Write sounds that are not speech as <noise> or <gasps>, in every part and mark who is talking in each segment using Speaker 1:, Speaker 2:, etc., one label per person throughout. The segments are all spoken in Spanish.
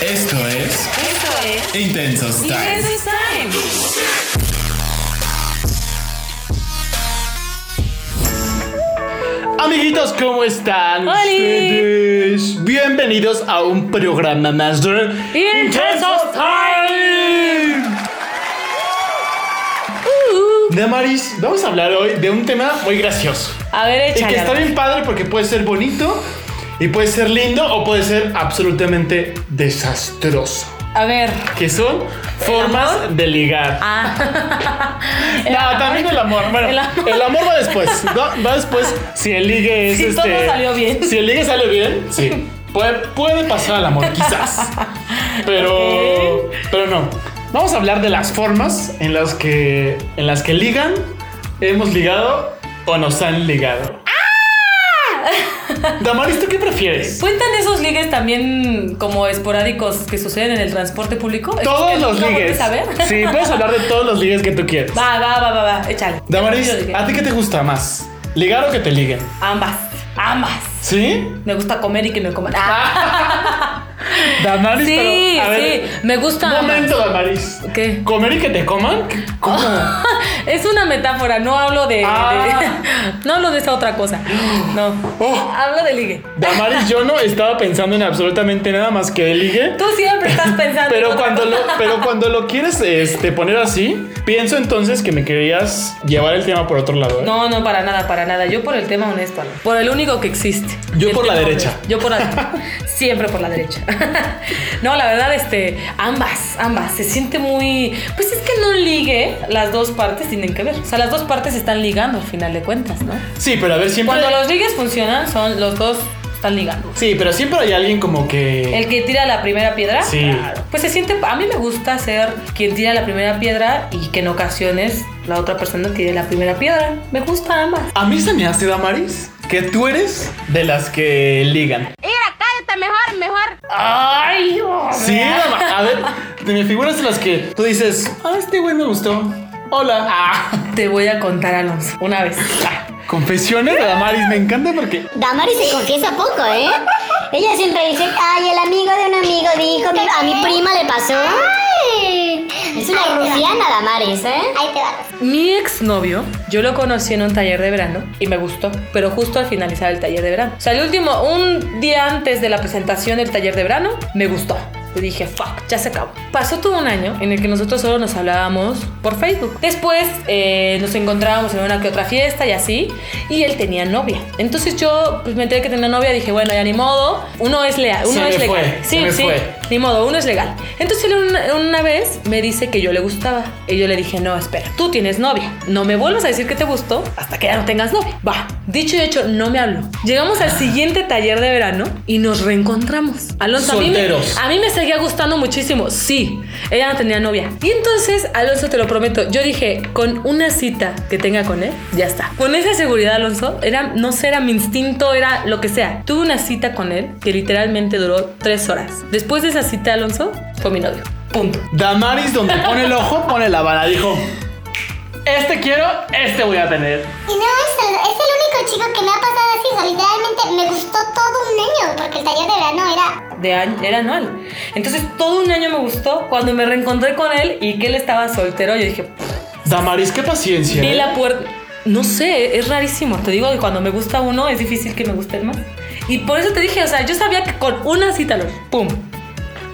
Speaker 1: Esto es
Speaker 2: Esto es
Speaker 1: Intensos Time.
Speaker 2: Intensos Time.
Speaker 3: Amiguitos, ¿cómo están
Speaker 2: ¡Holi!
Speaker 3: ustedes? Bienvenidos a un programa más de
Speaker 2: Intensos
Speaker 3: Time. Damaris, vamos a hablar hoy de un tema muy gracioso.
Speaker 2: A ver,
Speaker 3: Y que está
Speaker 2: échala.
Speaker 3: bien padre porque puede ser bonito y puede ser lindo o puede ser absolutamente desastroso.
Speaker 2: A ver.
Speaker 3: Que son formas de ligar. <laughs>
Speaker 2: Ah. El
Speaker 3: No,
Speaker 2: amor.
Speaker 3: también el amor. Bueno, el
Speaker 2: El amor.
Speaker 3: amor, va después. ¿no? Va después si el ligue es
Speaker 2: Si todo
Speaker 3: este.
Speaker 2: salió bien.
Speaker 3: Si el ligue sale bien, sí.
Speaker 2: <laughs>
Speaker 3: Puede, puede pasar al amor, quizás. Pero.
Speaker 2: Ok.
Speaker 3: Pero no. Vamos a hablar de las formas en las que. En las que ligan, hemos ligado o nos han ligado.
Speaker 2: ¡Ah! <laughs>
Speaker 3: Damaris, ¿tú qué prefieres?
Speaker 2: ¿Cuentan esos ligues también como esporádicos que suceden en el transporte público?
Speaker 3: Todos
Speaker 2: ¿Es-
Speaker 3: los
Speaker 2: no
Speaker 3: ligues.
Speaker 2: vuelves a ver?
Speaker 3: Sí, puedes hablar de todos los ligues que tú quieres.
Speaker 2: <laughs> Va, va, va, va, va. Échale.
Speaker 3: Damaris, ah.
Speaker 2: Yo dije,
Speaker 3: ¿a ti qué te gusta más? ¿Ligar o que te liguen?
Speaker 2: Ambas. Ambas.
Speaker 3: ¿Sí?
Speaker 2: Me gusta comer y que me coman. Ah,
Speaker 3: Damaris,
Speaker 2: sí,
Speaker 3: pero, a
Speaker 2: sí.
Speaker 3: ver,
Speaker 2: Me gusta.
Speaker 3: un
Speaker 2: ambas.
Speaker 3: momento, Damaris.
Speaker 2: ¿Qué?
Speaker 3: ¿Comer y que te coman? ¿Qué- ¿Cómo?
Speaker 2: <laughs> Es una metáfora, no hablo de.
Speaker 3: Ah.
Speaker 2: de- <laughs> no hablo de esa otra
Speaker 3: <gasps>
Speaker 2: cosa. No.
Speaker 3: Oh.
Speaker 2: Hablo de ligue.
Speaker 3: Damaris, yo no estaba pensando en absolutamente nada más que el ligue.
Speaker 2: Tú siempre estás pensando. en
Speaker 3: Pero
Speaker 2: otra
Speaker 3: cuando lo,
Speaker 2: cosa.
Speaker 3: pero cuando lo quieres este, poner así, pienso entonces que me querías llevar el tema por otro lado. ¿eh?
Speaker 2: No, no, para nada, para nada. Yo por el tema honesto, Alan. por el único que existe.
Speaker 3: Yo
Speaker 2: El
Speaker 3: por la
Speaker 2: tema
Speaker 3: derecha.
Speaker 2: honesto. Yo
Speaker 3: <laughs>
Speaker 2: por la siempre por la derecha. <laughs> no, la verdad, este, ambas, ambas. Se siente muy, pues es que no ligue. Las dos partes tienen que ver. O sea, las dos partes están ligando al final de cuentas, ¿no?
Speaker 3: Sí, pero a ver, siempre.
Speaker 2: Cuando los ligues funcionan, son los dos están ligando.
Speaker 3: Sí, pero siempre hay alguien como que.
Speaker 2: El que tira la primera piedra,
Speaker 3: Sí.
Speaker 2: claro. pues se siente. A mí me gusta ser quien tira la primera piedra y que en ocasiones la otra persona tire la primera piedra. Me gusta ambas.
Speaker 3: A mí se me hace, Damaris, que tú eres de las que ligan.
Speaker 4: Mira, cállate mejor, mejor.
Speaker 2: Ay, hombre.
Speaker 3: Sí, Dama- a ver, de mis figuras en las que tú dices, ah, este güey me gustó. Hola. Ah.
Speaker 2: Te voy a contar, Alonso, una vez.
Speaker 3: Confesiones de Damaris, me encanta porque.
Speaker 5: Damari se confiesa poco, ¿eh? Ella siempre dice, ay, el amigo de un amigo dijo, mi- a mi prima le pasó. Es una rufiana, Damaris, ¿eh? Ahí te va.
Speaker 2: Mi exnovio, yo lo conocí en un taller de verano y me gustó, pero justo al finalizar el taller de verano. O sea, el último, un día antes de la presentación del taller de verano, me gustó. Le dije, fuck, ya se acabó. Pasó todo un año en el que nosotros solo nos hablábamos por Facebook. Después eh, nos encontrábamos en una que otra fiesta y así, y él tenía novia. Entonces yo pues, me enteré que tenía novia, dije, bueno, ya ni modo, uno es leal, uno
Speaker 3: Se
Speaker 2: es
Speaker 3: me
Speaker 2: legal.
Speaker 3: fue,
Speaker 2: sí,
Speaker 3: se me
Speaker 2: sí.
Speaker 3: fue.
Speaker 2: Ni modo, uno es legal. Entonces él una, una vez me dice que yo le gustaba. Y yo le dije, no, espera, tú tienes novia. No me vuelvas a decir que te gustó hasta que ya no tengas novia. Va. Dicho y hecho, no me habló. Llegamos al siguiente taller de verano y nos reencontramos. Alonso, a mí, me,
Speaker 3: Solteros.
Speaker 2: a mí me seguía gustando muchísimo. Sí, ella no tenía novia. Y entonces, Alonso, te lo prometo, yo dije, con una cita que tenga con él, ya está. Con esa seguridad, Alonso, era, no sé, era mi instinto, era lo que sea. Tuve una cita con él que literalmente duró tres horas. Después de esa cita, Alonso, fue mi novio. Punto.
Speaker 3: Damaris, donde pone el ojo, pone la bala. Dijo: Este quiero, este voy a tener.
Speaker 5: Y no, es el, es el único chico que me ha pasado así. literalmente me gustó todo un año, porque el taller de verano era...
Speaker 2: De año, era anual. Entonces, todo un año me gustó. Cuando me reencontré con él y que él estaba soltero, yo dije,
Speaker 3: Damaris, qué paciencia.
Speaker 2: Vi
Speaker 3: ¿eh?
Speaker 2: la puerta. No sé, es rarísimo. Te digo que cuando me gusta uno es difícil que me guste el más. Y por eso te dije, o sea, yo sabía que con una cita lo. ¡Pum!
Speaker 3: ¿eh?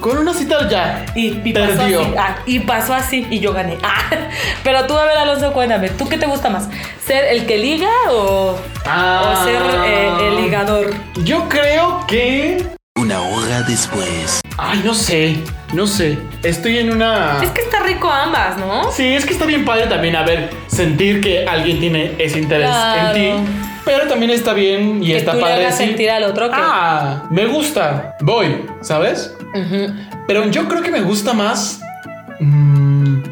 Speaker 3: Con una cita ya.
Speaker 2: Y, y pasó así.
Speaker 3: perdió.
Speaker 2: Ah, y pasó así y yo gané. <laughs> Ah, pero tú, a ver, Alonso, cuéntame, ¿tú qué te gusta más? ¿Ser el que liga o,
Speaker 3: Ah.
Speaker 2: o ser eh, el ligador?
Speaker 3: Yo creo que.
Speaker 6: Una hora después.
Speaker 3: Ay, no sé. No sé. Estoy en una.
Speaker 2: Es que está rico ambas, ¿no?
Speaker 3: Ah. Sí, es que está bien padre también, a ver, sentir que alguien tiene ese interés
Speaker 2: Claro.
Speaker 3: en ti. Pero también está bien y
Speaker 2: Que
Speaker 3: está
Speaker 2: tú le
Speaker 3: padre.
Speaker 2: hagas
Speaker 3: decir,
Speaker 2: sentir al otro que-
Speaker 3: Ah, me gusta. Voy, ¿sabes?
Speaker 2: Ujú.
Speaker 3: Pero yo creo que me gusta más. mm,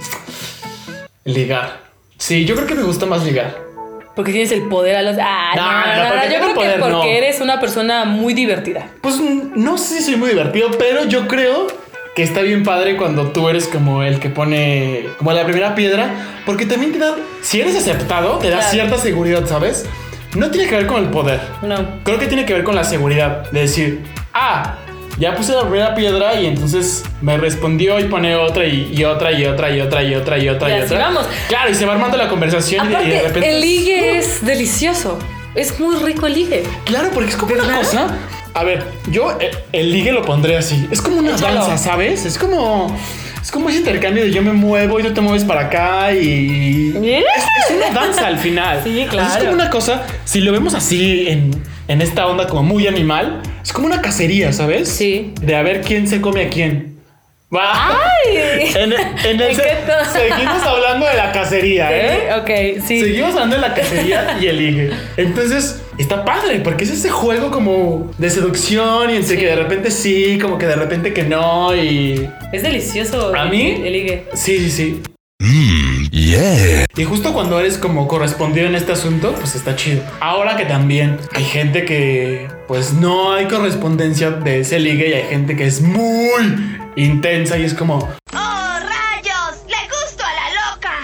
Speaker 3: ligar. Sí, yo creo que me gusta más ligar.
Speaker 2: Porque tienes el poder a los. Ah,
Speaker 3: No,
Speaker 2: no,
Speaker 3: no,
Speaker 2: no, no,
Speaker 3: porque
Speaker 2: Yo creo
Speaker 3: tengo poder,
Speaker 2: que porque
Speaker 3: no.
Speaker 2: eres una persona muy divertida.
Speaker 3: Pues mm, no sé si soy muy divertido, pero yo creo que está bien padre cuando tú eres como el que pone como la primera piedra, porque también te da, si eres aceptado, te da
Speaker 2: Claro.
Speaker 3: cierta seguridad, ¿sabes? No tiene que ver con el poder.
Speaker 2: No.
Speaker 3: Creo que tiene que ver con la seguridad de decir, ah, ya puse la primera piedra y entonces me respondió y pone otra y, y otra y otra y otra y otra y otra
Speaker 2: Y
Speaker 3: y,
Speaker 2: así
Speaker 3: otra.
Speaker 2: vamos.
Speaker 3: Claro, y se va armando la conversación y- y de
Speaker 2: Aparte,
Speaker 3: repente.
Speaker 2: el ligue es delicioso. Es muy rico el ligue.
Speaker 3: Claro, porque es como una cosa. A ver, yo eh, el ligue lo pondré así. Es como una
Speaker 2: Échalo.
Speaker 3: danza, ¿sabes? Es como. Es como ese intercambio de yo me muevo y tú te mueves para acá y.
Speaker 2: ¿Eh?
Speaker 3: Es, es una danza al final.
Speaker 2: Sí,
Speaker 3: O sea, Es
Speaker 2: claro.
Speaker 3: como una cosa. Si lo vemos así en, en esta onda como muy animal, es como una cacería, ¿sabes?
Speaker 2: Sí. Ah.
Speaker 3: De a ver quién se come a quién. Va.
Speaker 2: ¡Ay! <laughs>
Speaker 3: En, en
Speaker 2: ¿En
Speaker 3: el,
Speaker 2: qué to-
Speaker 3: seguimos hablando de la cacería, ¿eh?
Speaker 2: Ok, sí.
Speaker 3: Seguimos hablando de la cacería y el ligue. Entonces, está padre, porque es ese juego como de seducción y entre que de repente sí, como que de repente que no y...
Speaker 2: Es delicioso.
Speaker 3: ¿A
Speaker 2: el-
Speaker 3: mí?
Speaker 2: El ligue.
Speaker 3: Sí, sí, sí.
Speaker 6: Mmm, yeah.
Speaker 3: Y justo cuando eres como correspondido en este asunto, pues está chido. Ahora que también hay gente que pues no hay correspondencia de ese ligue y hay gente que es muy intensa y es como,
Speaker 4: ¡Oh, rayos! ¡Le gusto a la loca!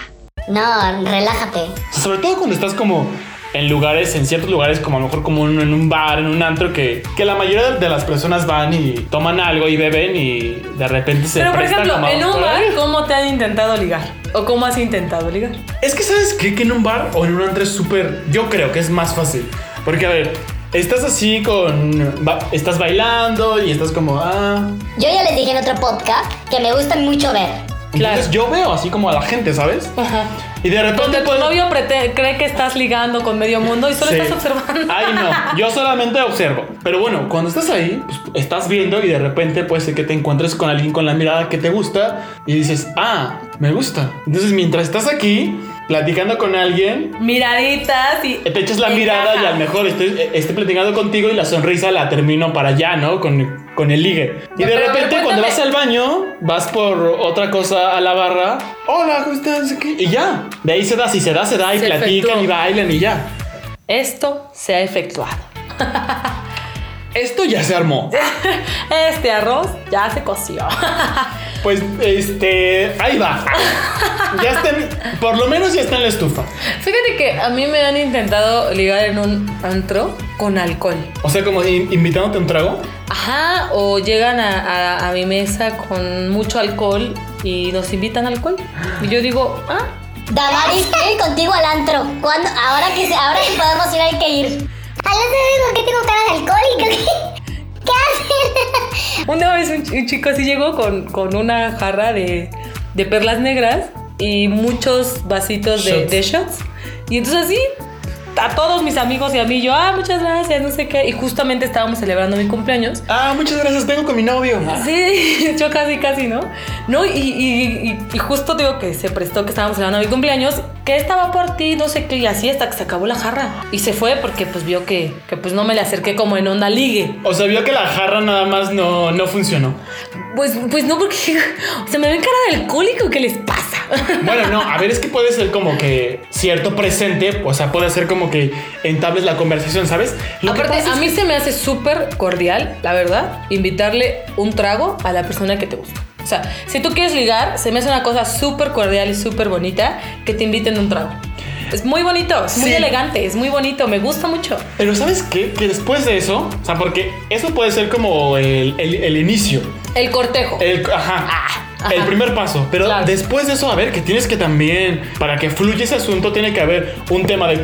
Speaker 5: No, relájate.
Speaker 3: O sea, sobre todo cuando estás como en lugares, en ciertos lugares, como a lo mejor como en en un bar, en un antro, que, que la mayoría de las personas van y toman algo y beben y de repente se
Speaker 2: Pero, por
Speaker 3: presta
Speaker 2: ejemplo,
Speaker 3: como a-
Speaker 2: en un bar, ¿cómo te han intentado ligar? ¿O cómo has intentado ligar?
Speaker 3: Es que sabes qué? que en un bar o en un antro es súper, yo creo que es más fácil. Porque a ver, estás así con, ba- estás bailando y estás como, ah...
Speaker 5: Yo ya les dije en otro podcast que me gusta mucho ver.
Speaker 3: Entonces yo veo así como a la gente, ¿sabes?
Speaker 2: Ajá.
Speaker 3: Y de repente...
Speaker 2: Donde tu
Speaker 3: puedes-
Speaker 2: novio prete- cree que estás ligando con medio mundo y solo
Speaker 3: Sí.
Speaker 2: estás observando. <laughs>
Speaker 3: Ay, no, yo solamente observo. Pero bueno, cuando estás ahí, pues, estás viendo y de repente puede ser que te encuentres con alguien con la mirada que te gusta y dices, ah, me gusta. Entonces, mientras estás aquí platicando con alguien,
Speaker 2: Miraditas y.
Speaker 3: te echas la
Speaker 2: y
Speaker 3: mirada
Speaker 2: encaja.
Speaker 3: y a lo mejor estoy, estoy platicando contigo y la sonrisa la termino para allá, ¿no? Con, con el ligue. Y de
Speaker 2: No, pero a ver,
Speaker 3: repente cuando
Speaker 2: cuéntame.
Speaker 3: vas al baño, vas por otra cosa a la barra. Hola, ¿cómo estás? ¿Qué? Y ya. De ahí se da, si se da, se da y
Speaker 2: Se
Speaker 3: platican
Speaker 2: efectuó.
Speaker 3: y bailan y ya.
Speaker 2: Esto se ha efectuado.
Speaker 3: Esto ya se armó.
Speaker 2: Este arroz ya se coció. <laughs>
Speaker 3: Pues este, ahí va. Ya están, por lo menos ya está en la estufa.
Speaker 2: Fíjate que a mí me han intentado ligar en un antro con alcohol.
Speaker 3: O sea, como in- invitándote a un trago.
Speaker 2: Ajá, o llegan a, a- a mi mesa con mucho alcohol y nos invitan alcohol. Y yo digo, ah,
Speaker 5: <laughs> Damaris, quiero ir contigo al antro. ¿Cuándo? Ahora que, se- ahora que podamos ir, hay que ir. Al antro digo que tengo cara de alcohólico. ¿Qué haces?
Speaker 2: Una vez un, ch- un chico así llegó con, con una jarra de, de perlas negras y muchos vasitos de
Speaker 3: Shots.
Speaker 2: de shots. Y entonces así, a todos mis amigos y a mí, yo, ah, muchas gracias, no sé qué. Y justamente estábamos celebrando mi cumpleaños.
Speaker 3: Ah, muchas gracias, vengo con mi novio.
Speaker 2: Sí, <laughs> yo casi, casi, ¿no? No, y, y- y- y justo digo que se prestó que estábamos celebrando mi cumpleaños, que estaba por ti, no sé qué, y así hasta que se acabó la jarra. Y se fue porque pues vio que, que pues no me le acerqué como en onda ligue.
Speaker 3: O sea, vio que la jarra nada más no, no funcionó.
Speaker 2: Pues, pues no, porque <laughs> se me ven cara de alcohólico, ¿qué les pasa? <laughs>
Speaker 3: Bueno, no, a ver, es que puede ser como que cierto presente, o sea, puede ser como que entables la conversación, ¿sabes? Lo que
Speaker 2: Aparte,
Speaker 3: pasa
Speaker 2: a
Speaker 3: es
Speaker 2: mí se me hace súper cordial, la verdad, invitarle un trago a la persona que te gusta. O sea, si tú quieres ligar, se me hace una cosa súper cordial y súper bonita que te inviten un trago. Es muy bonito, es muy
Speaker 3: Sí.
Speaker 2: elegante, es muy bonito, me gusta mucho.
Speaker 3: Pero ¿sabes qué? Que después de eso, o sea, porque eso puede ser como el, el- el inicio.
Speaker 2: El cortejo.
Speaker 3: El, ajá,
Speaker 2: <laughs> ajá.
Speaker 3: el primer paso. Pero
Speaker 2: Claro.
Speaker 3: después de eso, a ver, que tienes que también, para que fluya ese asunto, tiene que haber un tema de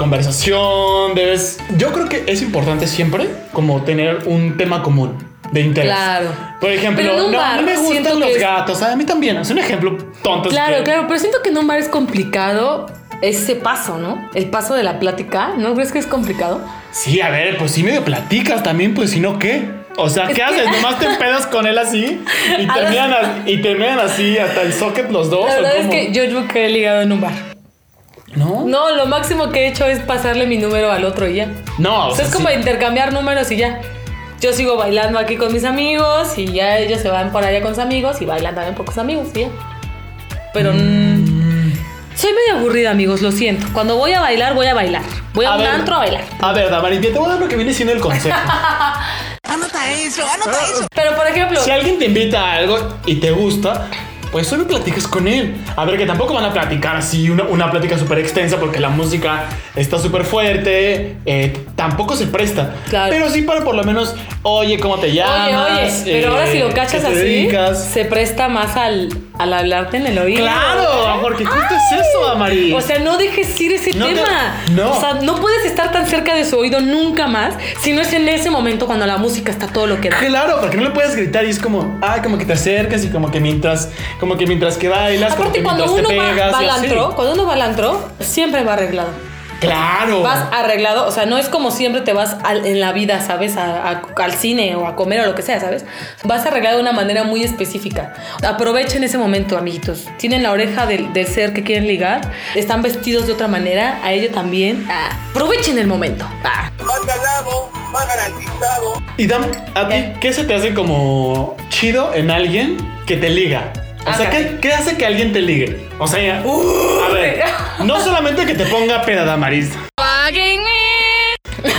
Speaker 3: conversación, debes... Yo creo que es importante siempre como tener un tema común de interés.
Speaker 2: Claro.
Speaker 3: Por ejemplo,
Speaker 2: Pero en
Speaker 3: no,
Speaker 2: un bar
Speaker 3: no me
Speaker 2: siento
Speaker 3: gustan
Speaker 2: que
Speaker 3: los
Speaker 2: es-
Speaker 3: gatos. A mí también. Es un ejemplo tonto.
Speaker 2: Claro,
Speaker 3: pues que-
Speaker 2: claro, pero siento que en un bar es complicado ese paso, ¿no? El paso de la plática, ¿no crees que es complicado?
Speaker 3: Sí, a ver, pues sí medio platicas también, pues si no, ¿qué? O sea, ¿qué
Speaker 2: Es que- <laughs>
Speaker 3: haces? ¿Nomás te empedas con él así? Y
Speaker 2: A
Speaker 3: terminan, as- y terminan así hasta el socket los dos.
Speaker 2: La
Speaker 3: ¿o
Speaker 2: verdad es
Speaker 3: cómo?
Speaker 2: que yo nunca he ligado en un bar.
Speaker 3: ¿No? No,
Speaker 2: No, lo máximo que he hecho es pasarle mi número al otro y ya.
Speaker 3: o
Speaker 2: O sea,
Speaker 3: sea,
Speaker 2: es como
Speaker 3: sí.
Speaker 2: intercambiar números y ya. Yo sigo bailando aquí con mis amigos y ya ellos se van por allá con sus amigos y bailan también por sus amigos y ya. Pero mm, soy medio aburrida, amigos, lo siento. Cuando voy a bailar, voy a bailar. Voy a, un
Speaker 3: ver,
Speaker 2: antro a bailar.
Speaker 3: A ver, Damaris, yo te voy a dar lo que viene siendo el
Speaker 2: <laughs>
Speaker 3: consejo.
Speaker 2: Pero por ejemplo,
Speaker 3: si alguien te invita a algo y te gusta, pues solo platicas con él. A ver, que tampoco van a platicar así una, una plática súper extensa porque la música está súper fuerte, eh, tampoco se presta.
Speaker 2: Claro.
Speaker 3: Pero sí para por lo menos, oye, ¿cómo te
Speaker 2: Oye,
Speaker 3: llamas?
Speaker 2: oye, pero ahora
Speaker 3: Eh,
Speaker 2: si lo
Speaker 3: ¿qué
Speaker 2: cachas
Speaker 3: te
Speaker 2: así,
Speaker 3: dedicas?
Speaker 2: se presta más al, al hablarte en el oído.
Speaker 3: Claro, porque justo es eso, Amari.
Speaker 2: O sea, no dejes ir ese
Speaker 3: No te-
Speaker 2: tema.
Speaker 3: no.
Speaker 2: O sea, no puedes estar tan cerca de su oído nunca más si no es en ese momento cuando la música está todo lo que da.
Speaker 3: Claro, porque no le puedes gritar y es como, ah, como que te acercas y como que mientras, como que mientras que bailas, como
Speaker 2: Aparte,
Speaker 3: que
Speaker 2: cuando
Speaker 3: mientras
Speaker 2: uno
Speaker 3: te
Speaker 2: va,
Speaker 3: pegas
Speaker 2: va
Speaker 3: y
Speaker 2: al
Speaker 3: así.
Speaker 2: antro, cuando uno va al antro, siempre va arreglado.
Speaker 3: Claro.
Speaker 2: Vas arreglado, o sea, no es como siempre te vas al- en la vida, ¿sabes? A- a- al cine o a comer o lo que sea, ¿sabes? Vas arreglado de una manera muy específica. Aprovechen ese momento, amiguitos. Tienen la oreja del, del ser que quieren ligar, están vestidos de otra manera, a ello también. Ah, aprovechen el momento. Ah.
Speaker 1: más ganado, más garantizado.
Speaker 3: Y Dam, ¿a ti
Speaker 2: Eh.
Speaker 3: qué se te hace como chido en alguien que te liga? O sea,
Speaker 2: Ah,
Speaker 3: ¿qué, qué hace que alguien te ligue? O sea,
Speaker 2: Uh,
Speaker 3: a ver,
Speaker 2: <laughs>
Speaker 3: no solamente que te ponga peda, Damaris.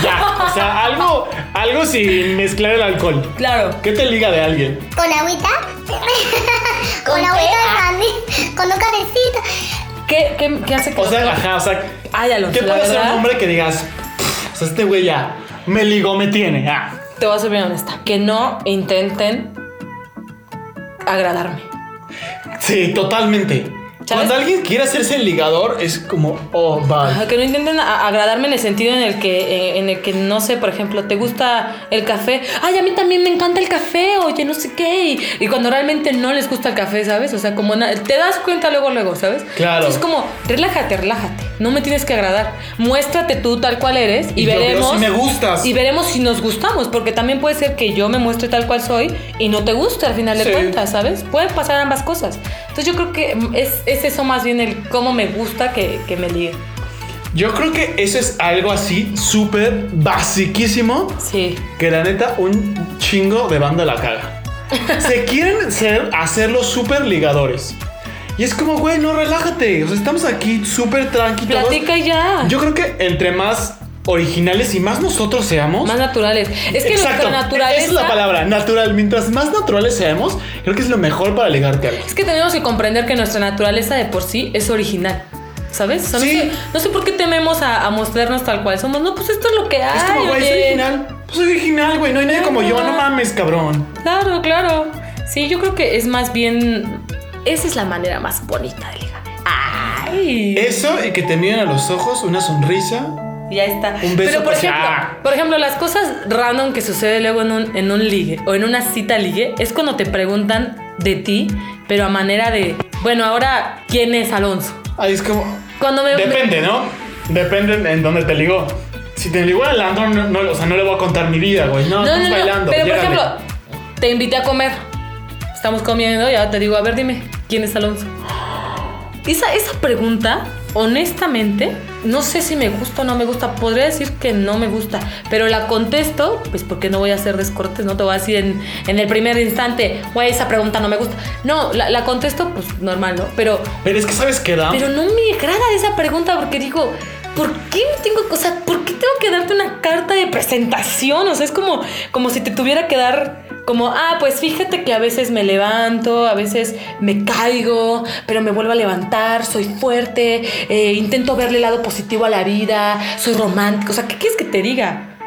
Speaker 3: Ya, o sea, algo, algo sin mezclar el alcohol.
Speaker 2: Claro.
Speaker 3: ¿Qué te liga de alguien?
Speaker 7: Con
Speaker 5: <laughs>
Speaker 7: agüita. Con agüita de Andy. Con un cabecito.
Speaker 2: ¿Qué, qué, qué hace que.?
Speaker 3: O sea, ajá, o sea,
Speaker 2: Ay, Alonso,
Speaker 3: ¿qué
Speaker 2: la
Speaker 3: puede hacer un
Speaker 2: verdad-
Speaker 3: hombre que digas, "Pff, o sea, este güey ya me ligó, me tiene? Ah.
Speaker 2: Te voy a ser bien honesta. Que no intenten agradarme.
Speaker 3: Sí, totalmente.
Speaker 2: ¿Sabes?
Speaker 3: Cuando alguien quiere hacerse el ligador, es como, oh, vale.
Speaker 2: Ajá, Que no intenten a- agradarme en el sentido en el que, eh, en el que no sé, por ejemplo, te gusta el café. Ay, a mí también me encanta el café, oye, no sé qué. Y, y cuando realmente no les gusta el café, ¿sabes? O sea, como na- te das cuenta luego, luego, ¿sabes?
Speaker 3: Claro.
Speaker 2: Entonces es como, relájate, relájate. No me tienes que agradar. Muéstrate tú tal cual eres y,
Speaker 3: Y yo veo
Speaker 2: veremos.
Speaker 3: si me gustas.
Speaker 2: Y veremos si nos gustamos, porque también puede ser que yo me muestre tal cual soy y no te guste al final de
Speaker 3: Sí.
Speaker 2: cuentas, ¿sabes? Pueden pasar ambas cosas. Entonces yo creo que mm, es, es eso más bien el cómo me gusta que, que me ligue.
Speaker 3: Yo creo que eso es algo así súper basiquísimo
Speaker 2: Sí.
Speaker 3: que la neta un chingo de banda la
Speaker 2: <laughs>
Speaker 3: caga. Se quieren ser, hacer los súper ligadores. Y es como, güey, no relájate. O sea, estamos aquí súper tranquilos.
Speaker 2: Platica ya.
Speaker 3: Yo creo que entre más originales y más nosotros seamos,
Speaker 2: Más naturales. Es que
Speaker 3: Exacto.
Speaker 2: nuestra naturaleza.
Speaker 3: Esa es la palabra, natural. Mientras más naturales seamos, creo que es lo mejor para ligarte a alguien.
Speaker 2: Es que tenemos que comprender que nuestra naturaleza de por sí es original. ¿Sabes? O sea,
Speaker 3: Sí.
Speaker 2: no, sé, no sé por qué tememos a, a mostrarnos tal cual somos. No, pues esto es lo que hay.
Speaker 3: Es como, güey, soy
Speaker 2: oye.
Speaker 3: original. Pues Soy original, güey. No hay nadie como yo. No mames, cabrón.
Speaker 2: Claro, claro. Sí, yo creo que es más bien. Esa es la manera más bonita de ligar. ¡Ay!
Speaker 3: Eso y que te miren a los ojos, una sonrisa.
Speaker 2: Ya está.
Speaker 3: Un beso,
Speaker 2: Pero por
Speaker 3: pues,
Speaker 2: ejemplo,
Speaker 3: ya.
Speaker 2: por ejemplo, las cosas random que sucede luego en un, en un ligue o en una cita ligue es cuando te preguntan de ti, pero a manera de, bueno, ahora, ¿quién es Alonso?
Speaker 3: Ahí es como.
Speaker 2: Cuando me...
Speaker 3: Depende, ¿no? Depende en dónde te ligó. Si te ligó al andro, no, no, o sea, no le voy a contar mi vida, güey. No,
Speaker 2: No,
Speaker 3: estás
Speaker 2: no, no.
Speaker 3: bailando.
Speaker 2: pero por
Speaker 3: llégale.
Speaker 2: ejemplo, te invité a comer. Estamos comiendo y ahora te digo, a ver, dime, ¿quién es Alonso? Esa, esa pregunta, honestamente, no sé si me gusta o no me gusta. Podría decir que no me gusta, pero la contesto, pues porque no voy a ser descortés, no te voy a decir en, en el primer instante, güey, esa pregunta no me gusta. No, la, la contesto, pues normal, ¿no? Pero,
Speaker 3: Pero es que, ¿sabes qué, da?
Speaker 2: pero no me agrada esa pregunta porque digo, ¿por qué me tengo, o sea, por qué tengo que darte una carta de presentación? O sea, es como, como si te tuviera que dar como, ah, pues fíjate que a veces me levanto, a veces me caigo, pero me vuelvo a levantar, soy fuerte, eh, intento verle el lado positivo a la vida, soy romántico, o sea, ¿qué quieres que te diga?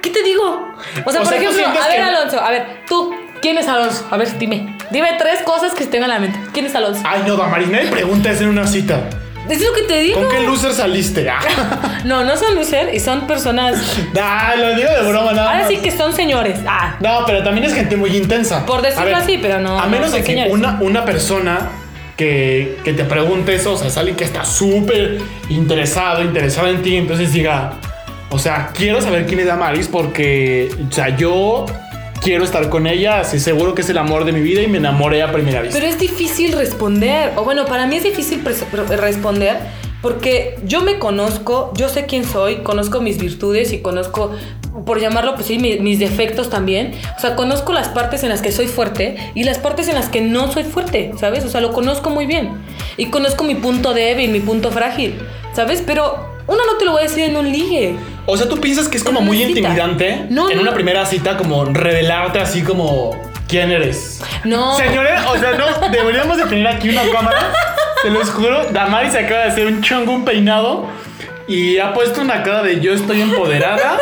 Speaker 2: ¿Qué te digo? O sea,
Speaker 3: O
Speaker 2: por
Speaker 3: sea, ¿tú
Speaker 2: ejemplo,
Speaker 3: sientes
Speaker 2: a ver,
Speaker 3: que-
Speaker 2: Alonso, a ver, tú, ¿quién es Alonso? A ver, dime, dime tres cosas que tengo en la mente. ¿Quién es Alonso?
Speaker 3: Ay, no, Damaris, nadie pregunta eso en una cita.
Speaker 2: Es lo que te digo.
Speaker 3: ¿Con qué loser saliste? <laughs> Ah,
Speaker 2: No, no son loser y son personas.
Speaker 3: nah, lo digo de broma, nada
Speaker 2: Ahora
Speaker 3: más.
Speaker 2: sí que son señores. Ah,
Speaker 3: No, pero también es gente muy intensa.
Speaker 2: Por decirlo
Speaker 3: A ver,
Speaker 2: así, pero no-
Speaker 3: A
Speaker 2: no
Speaker 3: menos
Speaker 2: son
Speaker 3: de que
Speaker 2: señores.
Speaker 3: una, una persona que, que te pregunte eso, o sea, sale que está súper interesado, interesada en ti, entonces diga, o sea, quiero saber quién es Damaris porque, o sea, yo quiero estar con ella, así seguro que es el amor de mi vida y me enamoré a primera vista.
Speaker 2: pero es difícil responder. O bueno, para mí es difícil pres- re- responder porque yo me conozco, yo sé quién soy, conozco mis virtudes y conozco, por llamarlo, pues sí, mi- mis defectos también. O sea, conozco las partes en las que soy fuerte y las partes en las que no soy fuerte, ¿sabes? O sea, lo conozco muy bien. Y conozco mi punto débil, mi punto frágil, ¿sabes? Pero uno no te lo voy a decir en un ligue.
Speaker 3: o sea, tú piensas que es como
Speaker 2: en una
Speaker 3: muy
Speaker 2: cita.
Speaker 3: intimidante
Speaker 2: No,
Speaker 3: en
Speaker 2: no.
Speaker 3: una primera cita como revelarte así como ¿Quién eres?
Speaker 2: No.
Speaker 3: Señores, o sea, no, deberíamos de tener aquí una cámara. Te los juro, Damari se acaba de hacer un chongo, un peinado. Y ha puesto una cara de yo estoy empoderada.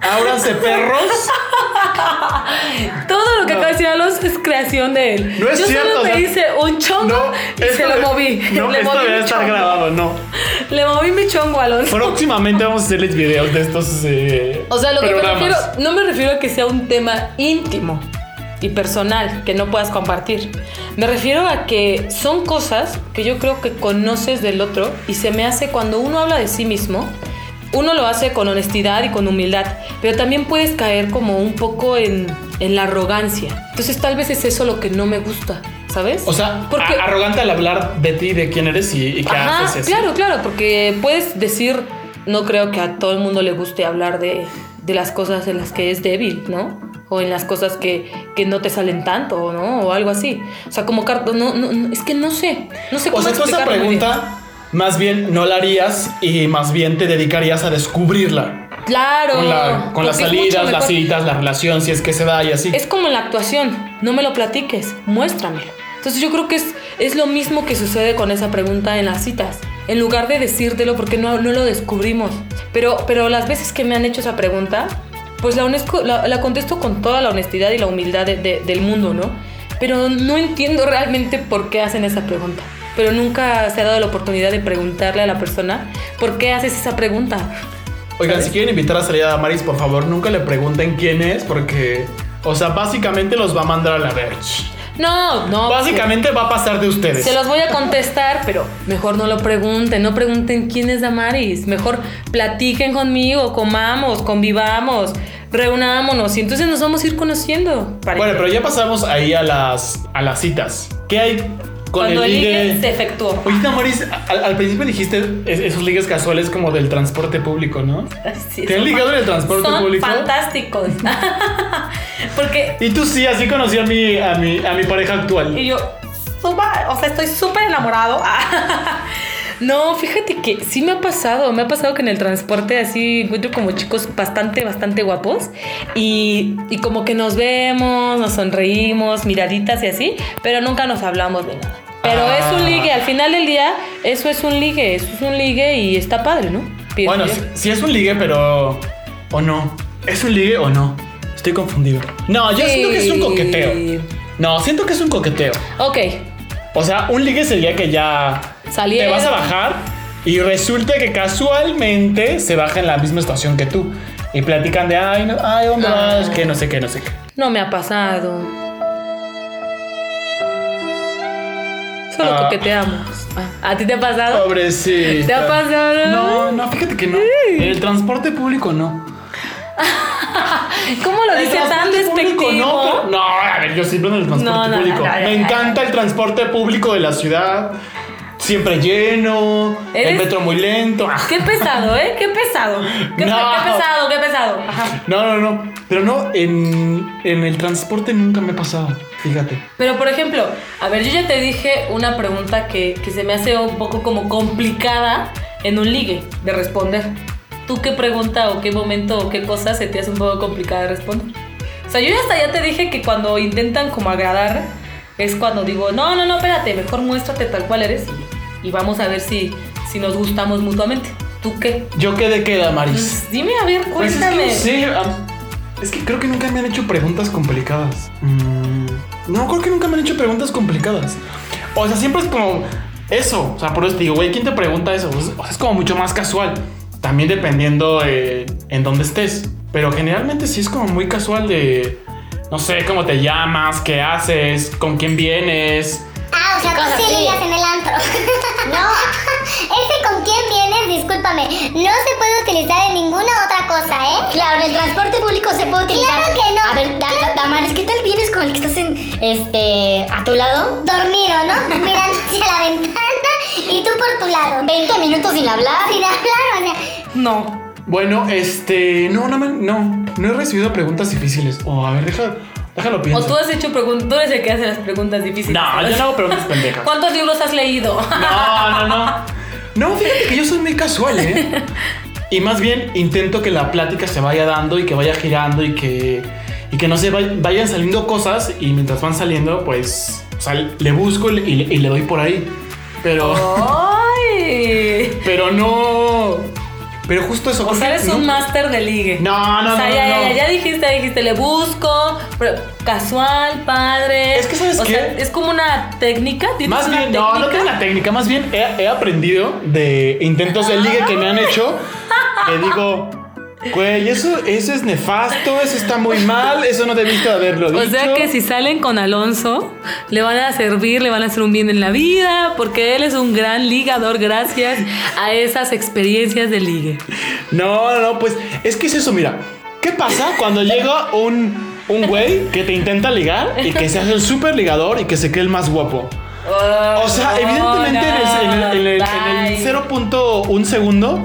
Speaker 3: Ábranse perros.
Speaker 2: Todo lo que
Speaker 3: No.
Speaker 2: acaba de decir Alonso es creación de él.
Speaker 3: No es
Speaker 2: Yo
Speaker 3: cierto, o
Speaker 2: solo me
Speaker 3: sea,
Speaker 2: hice un chongo
Speaker 3: No,
Speaker 2: y se
Speaker 3: esto
Speaker 2: lo
Speaker 3: de-
Speaker 2: moví.
Speaker 3: No,
Speaker 2: <laughs> Le
Speaker 3: esto
Speaker 2: moví
Speaker 3: debe
Speaker 2: mi
Speaker 3: estar
Speaker 2: chongo.
Speaker 3: grabado, no.
Speaker 2: Le moví mi chongo a Alonso.
Speaker 3: Próximamente vamos a hacerles videos de estos. eh,
Speaker 2: O sea, lo que me
Speaker 3: programas.
Speaker 2: refiero, no me refiero a que sea un tema íntimo y personal que no puedas compartir. Me refiero a que son cosas que yo creo que conoces del otro y se me hace cuando uno habla de sí mismo, uno lo hace con honestidad y con humildad, pero también puedes caer como un poco en, en la arrogancia. Entonces tal vez es eso lo que no me gusta, ¿sabes?
Speaker 3: O sea,
Speaker 2: Porque-
Speaker 3: a- arrogante al hablar de ti, de quién eres y, y qué
Speaker 2: Ajá,
Speaker 3: haces. así.
Speaker 2: claro, claro, porque puedes decir, no creo que a todo el mundo le guste hablar de, de las cosas en las que es débil, ¿no? O en las cosas que, que no te salen tanto, ¿no? O algo así. O sea, como carta, no, no, no, es que no sé, no sé
Speaker 3: O
Speaker 2: cómo
Speaker 3: sea, tú esta
Speaker 2: explicarlo muy bien.
Speaker 3: pregunta más bien no la harías y más bien te dedicarías a descubrirla.
Speaker 2: Claro.
Speaker 3: Con, la- con las
Speaker 2: porque es mucho
Speaker 3: salidas, las
Speaker 2: mejor.
Speaker 3: citas, la relación, si es que se da y así.
Speaker 2: Es como en la actuación, no me lo platiques, muéstramelo. Entonces yo creo que es, es lo mismo que sucede con esa pregunta en las citas. En lugar de decírtelo porque no, no lo descubrimos. Pero, pero las veces que me han hecho esa pregunta, pues la, UNESCO- la, la contesto con toda la honestidad y la humildad de- de- del mundo, ¿no? Pero no entiendo realmente por qué hacen esa pregunta. Pero nunca se ha dado la oportunidad de preguntarle a la persona por qué haces esa pregunta.
Speaker 3: Oigan, si quieren invitar a salir a Damaris, por favor, nunca le pregunten quién es porque, o sea, básicamente los va a mandar a la verga.
Speaker 2: No, no.
Speaker 3: Básicamente va a pasar de ustedes.
Speaker 2: Se los voy a contestar, pero mejor no lo pregunten, no pregunten quién es Damaris, mejor platiquen conmigo, comamos, convivamos, reunámonos y entonces nos vamos a ir conociendo. pareja.
Speaker 3: Bueno, pero ya pasamos ahí a las, a las citas. ¿Qué hay con
Speaker 2: cuando
Speaker 3: el
Speaker 2: el
Speaker 3: ligue?
Speaker 2: ligue se efectuó.
Speaker 3: Oye, Damaris, al, al principio dijiste es- esos ligues casuales como del transporte público, ¿no?
Speaker 2: <laughs> Sí,
Speaker 3: ¿Te han
Speaker 2: son
Speaker 3: ligado en el transporte
Speaker 2: son
Speaker 3: público?
Speaker 2: fantásticos. <laughs> Porque
Speaker 3: Y tú sí, así conocí a mi, a mi, a mi pareja actual.
Speaker 2: y yo, suba- o sea, estoy súper enamorado. <laughs> Ah. No, fíjate que sí me ha pasado, me ha pasado que en el transporte así encuentro como chicos bastante, bastante guapos y, y como que nos vemos, nos sonreímos, miraditas y así, pero nunca nos hablamos de nada. Pero
Speaker 3: Ah.
Speaker 2: es un ligue, al final del día eso es un ligue, eso es un ligue y está padre, ¿no? Pienso
Speaker 3: Bueno,
Speaker 2: yo.
Speaker 3: sí, sí es un ligue, pero... ¿O no? ¿Es un ligue o no? Estoy confundido. No, yo siento que es un
Speaker 2: Sí.
Speaker 3: coqueteo. No, siento que es un coqueteo.
Speaker 2: Ok,
Speaker 3: O sea, un ligue sería que ya
Speaker 2: Salieron.
Speaker 3: te vas a bajar y resulta que casualmente se baja en la misma estación que tú. Y platican de, ay, no, ay ¿dónde vas?
Speaker 2: Ah.
Speaker 3: Que no sé qué, no sé qué.
Speaker 2: no me ha pasado. Solo
Speaker 3: Ah.
Speaker 2: coqueteamos. Ah, ¿A ti te ha pasado?
Speaker 3: Pobrecito.
Speaker 2: ¿Te ha pasado?
Speaker 3: No, no, fíjate que no. En el transporte público no.
Speaker 2: ¿Cómo lo
Speaker 3: El
Speaker 2: dice tan
Speaker 3: transporte público
Speaker 2: despectivo?
Speaker 3: No, pero- no, a ver, yo siempre en el transporte
Speaker 2: No, no,
Speaker 3: público.
Speaker 2: no, no,
Speaker 3: Me
Speaker 2: no, no.
Speaker 3: encanta el transporte público de la ciudad. Siempre lleno, el
Speaker 2: Eres-
Speaker 3: metro muy lento. Ah,
Speaker 2: Qué pesado, ¿eh? Qué pesado. Qué,
Speaker 3: No.
Speaker 2: qué pesado, qué pesado. Ajá.
Speaker 3: No, no, no. Pero no, en, en el transporte nunca me ha pasado. Fíjate.
Speaker 2: Pero por ejemplo, a ver, yo ya te dije una pregunta que, que se me hace un poco como complicada en un ligue de responder. ¿Tú qué pregunta o qué momento o qué cosa se te hace un poco complicada de responder? O sea, yo ya hasta ya te dije que cuando intentan como agradar es cuando digo, no, no, no, espérate, mejor muéstrate tal cual eres y, y vamos a ver si, si nos gustamos mutuamente. ¿Tú qué?
Speaker 3: ¿Yo qué de qué, Damaris?
Speaker 2: Pues dime, a ver,
Speaker 3: Pues es que
Speaker 2: cuéntame.
Speaker 3: no sé, am- es que creo que nunca me han hecho preguntas complicadas. Mm, no, creo que nunca me han hecho preguntas complicadas. O sea, siempre es como eso. O sea, por eso te digo, güey, ¿quién te pregunta eso? Pues, o sea, es como mucho más casual. También dependiendo eh, en dónde estés. Pero generalmente sí es como muy casual de. No sé cómo te llamas, qué haces, con quién vienes.
Speaker 7: Ah, o sea,
Speaker 5: Cosas
Speaker 7: tú sí
Speaker 5: así.
Speaker 7: ligas en el antro. no. <laughs> Ese con quién vienes, discúlpame. No se puede utilizar en ninguna otra cosa, ¿eh?
Speaker 5: Claro, en el transporte público se puede utilizar.
Speaker 7: Claro que no.
Speaker 5: A ver, Da- Da- Damaris, ¿qué tal vienes con el que estás en, este, a tu lado?
Speaker 7: Dormido, ¿no? Mirando <laughs> hacia la ventana y tú por tu lado.
Speaker 5: 20 minutos sin hablar.
Speaker 7: Sin hablar, o sea.
Speaker 2: No.
Speaker 3: Bueno, este. No, no, me- no. No he recibido preguntas difíciles. O a ver, deja, déjalo pienso.
Speaker 2: O tú has hecho preguntas, tú eres el que hace las preguntas difíciles.
Speaker 3: No, yo no hago preguntas pendejas.
Speaker 2: ¿Cuántos libros has leído?
Speaker 3: No, no, no. No, fíjate que yo soy muy casual, ¿eh? Y más bien intento que la plática se vaya dando y que vaya girando y que, y que no se vay- vayan saliendo cosas y mientras van saliendo, pues o sea, le busco y le, y le doy por ahí. Pero,
Speaker 2: Oh. ¡Ay!
Speaker 3: pero no. Pero justo eso.
Speaker 2: O
Speaker 3: creo
Speaker 2: sea,
Speaker 3: que
Speaker 2: eres un
Speaker 3: no-
Speaker 2: máster de ligue.
Speaker 3: No, no,
Speaker 2: o sea,
Speaker 3: no,
Speaker 2: ya,
Speaker 3: no,
Speaker 2: ya,
Speaker 3: no.
Speaker 2: ya, ya dijiste, ya dijiste, le busco, pero casual, padre.
Speaker 3: Es que, ¿sabes
Speaker 2: o
Speaker 3: qué?
Speaker 2: Sea, es como una técnica, ¿tienes
Speaker 3: Más
Speaker 2: una
Speaker 3: bien,
Speaker 2: técnica?
Speaker 3: no, no tengo una técnica. Más bien, he, he aprendido de intentos de ligue que me han hecho. Le digo, güey, eso, eso es nefasto, eso está muy mal, eso no debiste haberlo
Speaker 2: O
Speaker 3: dicho.
Speaker 2: sea que si salen con Alonso, le van a servir, le van a hacer un bien en la vida, porque él es un gran ligador gracias a esas experiencias de ligue.
Speaker 3: No, no, no, pues es que es eso, mira. ¿Qué pasa cuando llega un, un güey que te intenta ligar y que se hace el super ligador y que se cree el más guapo? O sea, evidentemente en el- en el, en el- en el
Speaker 2: Bye.
Speaker 3: 0.1 segundo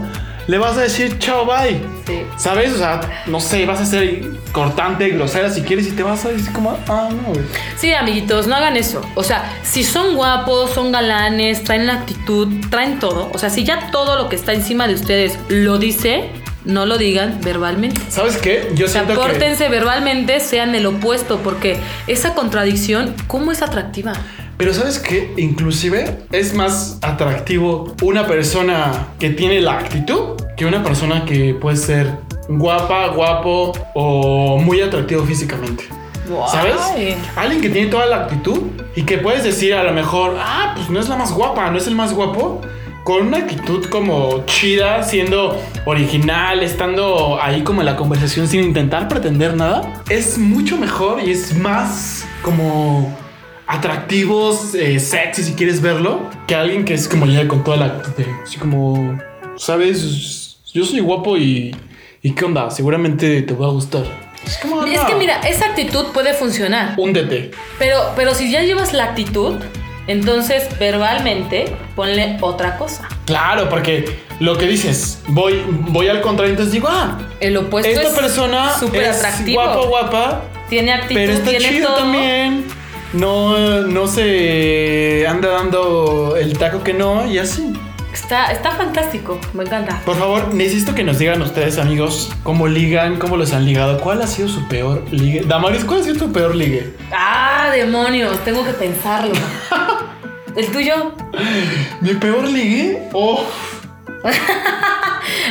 Speaker 3: le vas a decir chao, bye.
Speaker 2: Sí.
Speaker 3: ¿Sabes? O sea, no sé, vas a ser cortante, grosera si quieres y te vas a decir como, ah, no, güey.
Speaker 2: Sí, amiguitos, no hagan eso. O sea, si son guapos, son galanes, traen la actitud, traen todo. O sea, si ya todo lo que está encima de ustedes lo dice, no lo digan verbalmente.
Speaker 3: ¿Sabes qué? Yo
Speaker 2: O sea,
Speaker 3: siento que...
Speaker 2: pórtense verbalmente, sean el opuesto, porque esa contradicción, ¿cómo es atractiva?
Speaker 3: Pero ¿sabes qué? Inclusive es más atractivo una persona que tiene la actitud que una persona que puede ser guapa, guapo o muy atractivo físicamente. ¿Sabes?
Speaker 2: Ay.
Speaker 3: Alguien que tiene toda la actitud y que puedes decir a lo mejor, ah, pues no es la más guapa, no es el más guapo. Con una actitud como chida, siendo original, estando ahí como en la conversación sin intentar pretender nada, es mucho mejor y es más como atractivos, eh, sexy si quieres verlo, que alguien que es como llega con toda la actitud. de, Así como, sabes, yo soy guapo y, y qué onda, seguramente te va a gustar. Es, como,
Speaker 2: Es
Speaker 3: no.
Speaker 2: que mira, esa actitud puede funcionar,
Speaker 3: Húndete.
Speaker 2: pero, pero si ya llevas la actitud, entonces verbalmente ponle otra cosa.
Speaker 3: Claro, porque lo que dices, voy, voy al contrario, entonces digo, ah,
Speaker 2: El opuesto
Speaker 3: esta
Speaker 2: Pues es
Speaker 3: persona
Speaker 2: súper
Speaker 3: es
Speaker 2: atractivo.
Speaker 3: guapa, guapa,
Speaker 2: Tiene actitud,
Speaker 3: pero está
Speaker 2: tiene
Speaker 3: chido
Speaker 2: todo.
Speaker 3: también. No, no se anda dando el taco que no y así.
Speaker 2: Está, está fantástico, me encanta.
Speaker 3: Por favor, necesito que nos digan ustedes, amigos, cómo ligan, cómo los han ligado, cuál ha sido su peor ligue. Damaris, ¿cuál ha sido tu peor ligue?
Speaker 2: Ah, demonios, tengo
Speaker 3: <laughs>
Speaker 2: que pensarlo. El tuyo.
Speaker 3: ¿Mi peor ligue? Oh,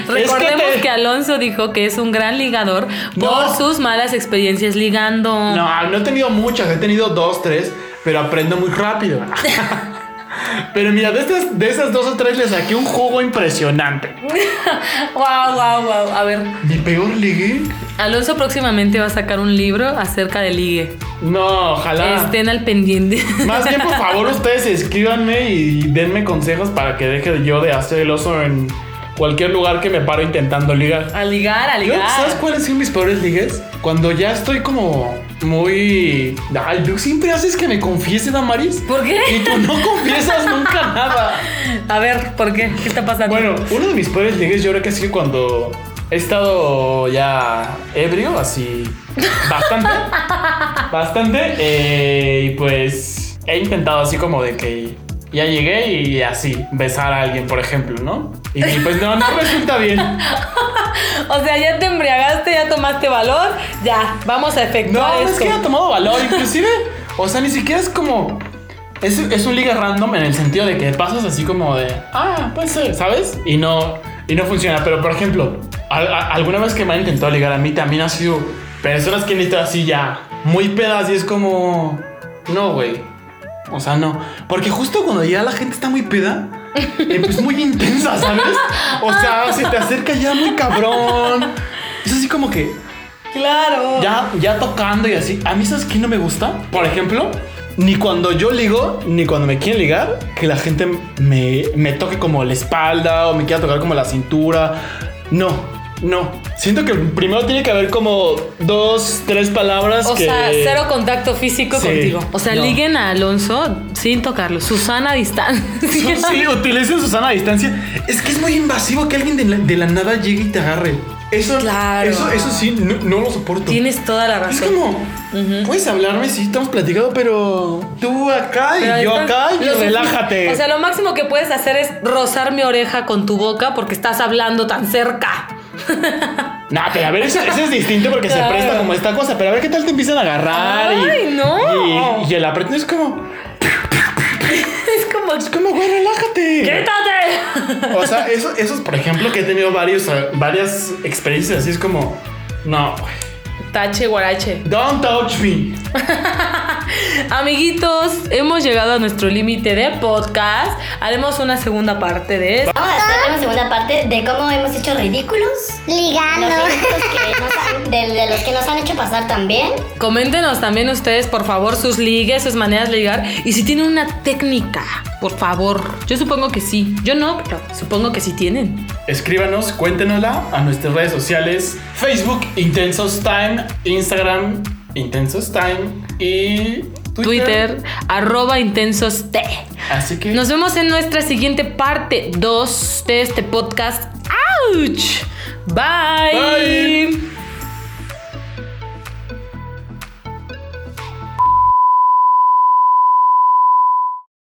Speaker 2: Recordemos
Speaker 3: que
Speaker 2: que,
Speaker 3: te-
Speaker 2: Alonso dijo que es un gran ligador
Speaker 3: No.
Speaker 2: por sus malas experiencias ligando.
Speaker 3: <laughs> no, no he tenido muchas, he tenido dos, tres, pero aprendo muy rápido. <laughs> pero mira, de, estas, de esas dos o tres le saqué un jugo impresionante.
Speaker 2: Wow, wow, wow. A ver,
Speaker 3: ¿Mi peor ligue?
Speaker 2: Alonso próximamente va a sacar un libro acerca de ligue.
Speaker 3: No, ojalá.
Speaker 2: Estén al pendiente.
Speaker 3: Ah. <laughs> Más bien, por favor, ustedes escríbanme y denme consejos para que deje yo de hacer el oso en cualquier lugar que me paro intentando ligar.
Speaker 2: <laughs> A ligar, a
Speaker 3: Yo,
Speaker 2: ligar.
Speaker 3: ¿Sabes cuáles son mis peores ligues? Cuando ya estoy como muy... Ay, tú siempre haces que me confiese, Damaris.
Speaker 2: ¿Por qué?
Speaker 3: Y tú no confiesas nunca nada.
Speaker 2: A ver, ¿por qué? ¿Qué está pasando?
Speaker 3: Bueno, uno de mis peores ligues yo creo que ha sido cuando he estado ya ebrio, así bastante. bastante. eh, y pues he intentado así como de que ya llegué y así besar a alguien, por ejemplo, ¿no? Y pues no, no resulta bien.
Speaker 2: O sea, ya te embriagaste, ya tomaste valor, ya, vamos a
Speaker 3: No,
Speaker 2: efectuar
Speaker 3: no
Speaker 2: esto.
Speaker 3: es que haya tomado valor, inclusive. o sea, ni siquiera es como. Es, es un liga random en el sentido de que pasas así como de. Ah, puede ser, ¿sabes? Y no, y no funciona. Pero por ejemplo, al- a- alguna vez que me han intentado ligar a mí también ha sido personas que han estado así ya muy pedas y es como. No, güey. O sea, no. Porque justo cuando ya la gente está muy peda, eh, pues muy intensa, ¿sabes? O sea, se te acerca ya muy cabrón. Es así como que,
Speaker 2: Claro.
Speaker 3: ya, ya tocando y así. A mí, ¿sabes qué no me gusta? Por ejemplo, ni cuando yo ligo, ni cuando me quieren ligar, que la gente me, me toque como la espalda o me quiera tocar como la cintura. No, no. Siento que primero tiene que haber como dos, tres palabras
Speaker 2: O
Speaker 3: que...
Speaker 2: sea, cero contacto físico
Speaker 3: Sí,
Speaker 2: contigo. O sea,
Speaker 3: no.
Speaker 2: liguen a Alonso sin tocarlo. Susana a distancia. <laughs>
Speaker 3: Sí, utilicen Susana a distancia. Es que es muy invasivo que alguien de la, de la nada llegue y te agarre. Eso,
Speaker 2: Claro.
Speaker 3: eso, eso sí, no, no lo soporto.
Speaker 2: Tienes toda la
Speaker 3: Es
Speaker 2: razón.
Speaker 3: como, puedes hablarme si estamos platicando, pero tú acá y
Speaker 2: Pero
Speaker 3: yo
Speaker 2: entonces,
Speaker 3: acá y
Speaker 2: lo sufi-
Speaker 3: relájate.
Speaker 2: O sea, lo máximo que puedes hacer es rozar mi oreja con tu boca porque estás hablando tan cerca.
Speaker 3: No, pero a ver, ese, ese es distinto porque
Speaker 2: Claro.
Speaker 3: se presta como esta cosa. Pero a ver qué tal te empiezan a agarrar.
Speaker 2: Ay,
Speaker 3: y,
Speaker 2: no.
Speaker 3: Y, y el apretón es como,
Speaker 2: <laughs> Es como.
Speaker 3: es como, güey, relájate.
Speaker 2: ¡Quítate!
Speaker 3: O sea, eso, eso es, por ejemplo, que he tenido varios, eh, varias experiencias así. Es como, no, güey,
Speaker 2: Tache, guarache.
Speaker 3: don't touch me.
Speaker 2: Amiguitos, hemos llegado a nuestro límite de podcast. Haremos una segunda parte de esto.
Speaker 5: Vamos a hacer una segunda parte de cómo hemos hecho ridículos.
Speaker 7: Ligando.
Speaker 5: Los ridículos que nos han- de, de los que nos han hecho pasar también.
Speaker 2: Coméntenos también ustedes, por favor, sus ligues, sus maneras de ligar. Y si tienen una técnica, por favor. Yo supongo que sí. Yo no, pero supongo que sí tienen.
Speaker 3: Escríbanos, cuéntenosla a nuestras redes sociales: Facebook, Intensos Time, Instagram, Intensos Time y
Speaker 2: Twitter, arroba intensos T.
Speaker 3: Así que
Speaker 2: Nos vemos en nuestra siguiente parte 2 de este podcast. ¡Auch! Bye.
Speaker 3: Bye.